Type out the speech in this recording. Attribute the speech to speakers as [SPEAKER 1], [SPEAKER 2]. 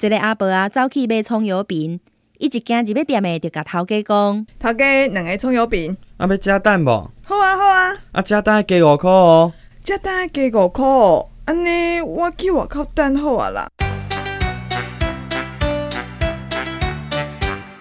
[SPEAKER 1] 一个阿伯啊，走去买葱油饼，伊一行入要店的，就甲头家讲，
[SPEAKER 2] 头家两个葱油饼，
[SPEAKER 3] 啊，要加蛋无？
[SPEAKER 2] 好啊好啊，
[SPEAKER 3] 啊，加蛋加五块哦。
[SPEAKER 2] 这单加五块哦，安尼我去外口等好啊啦。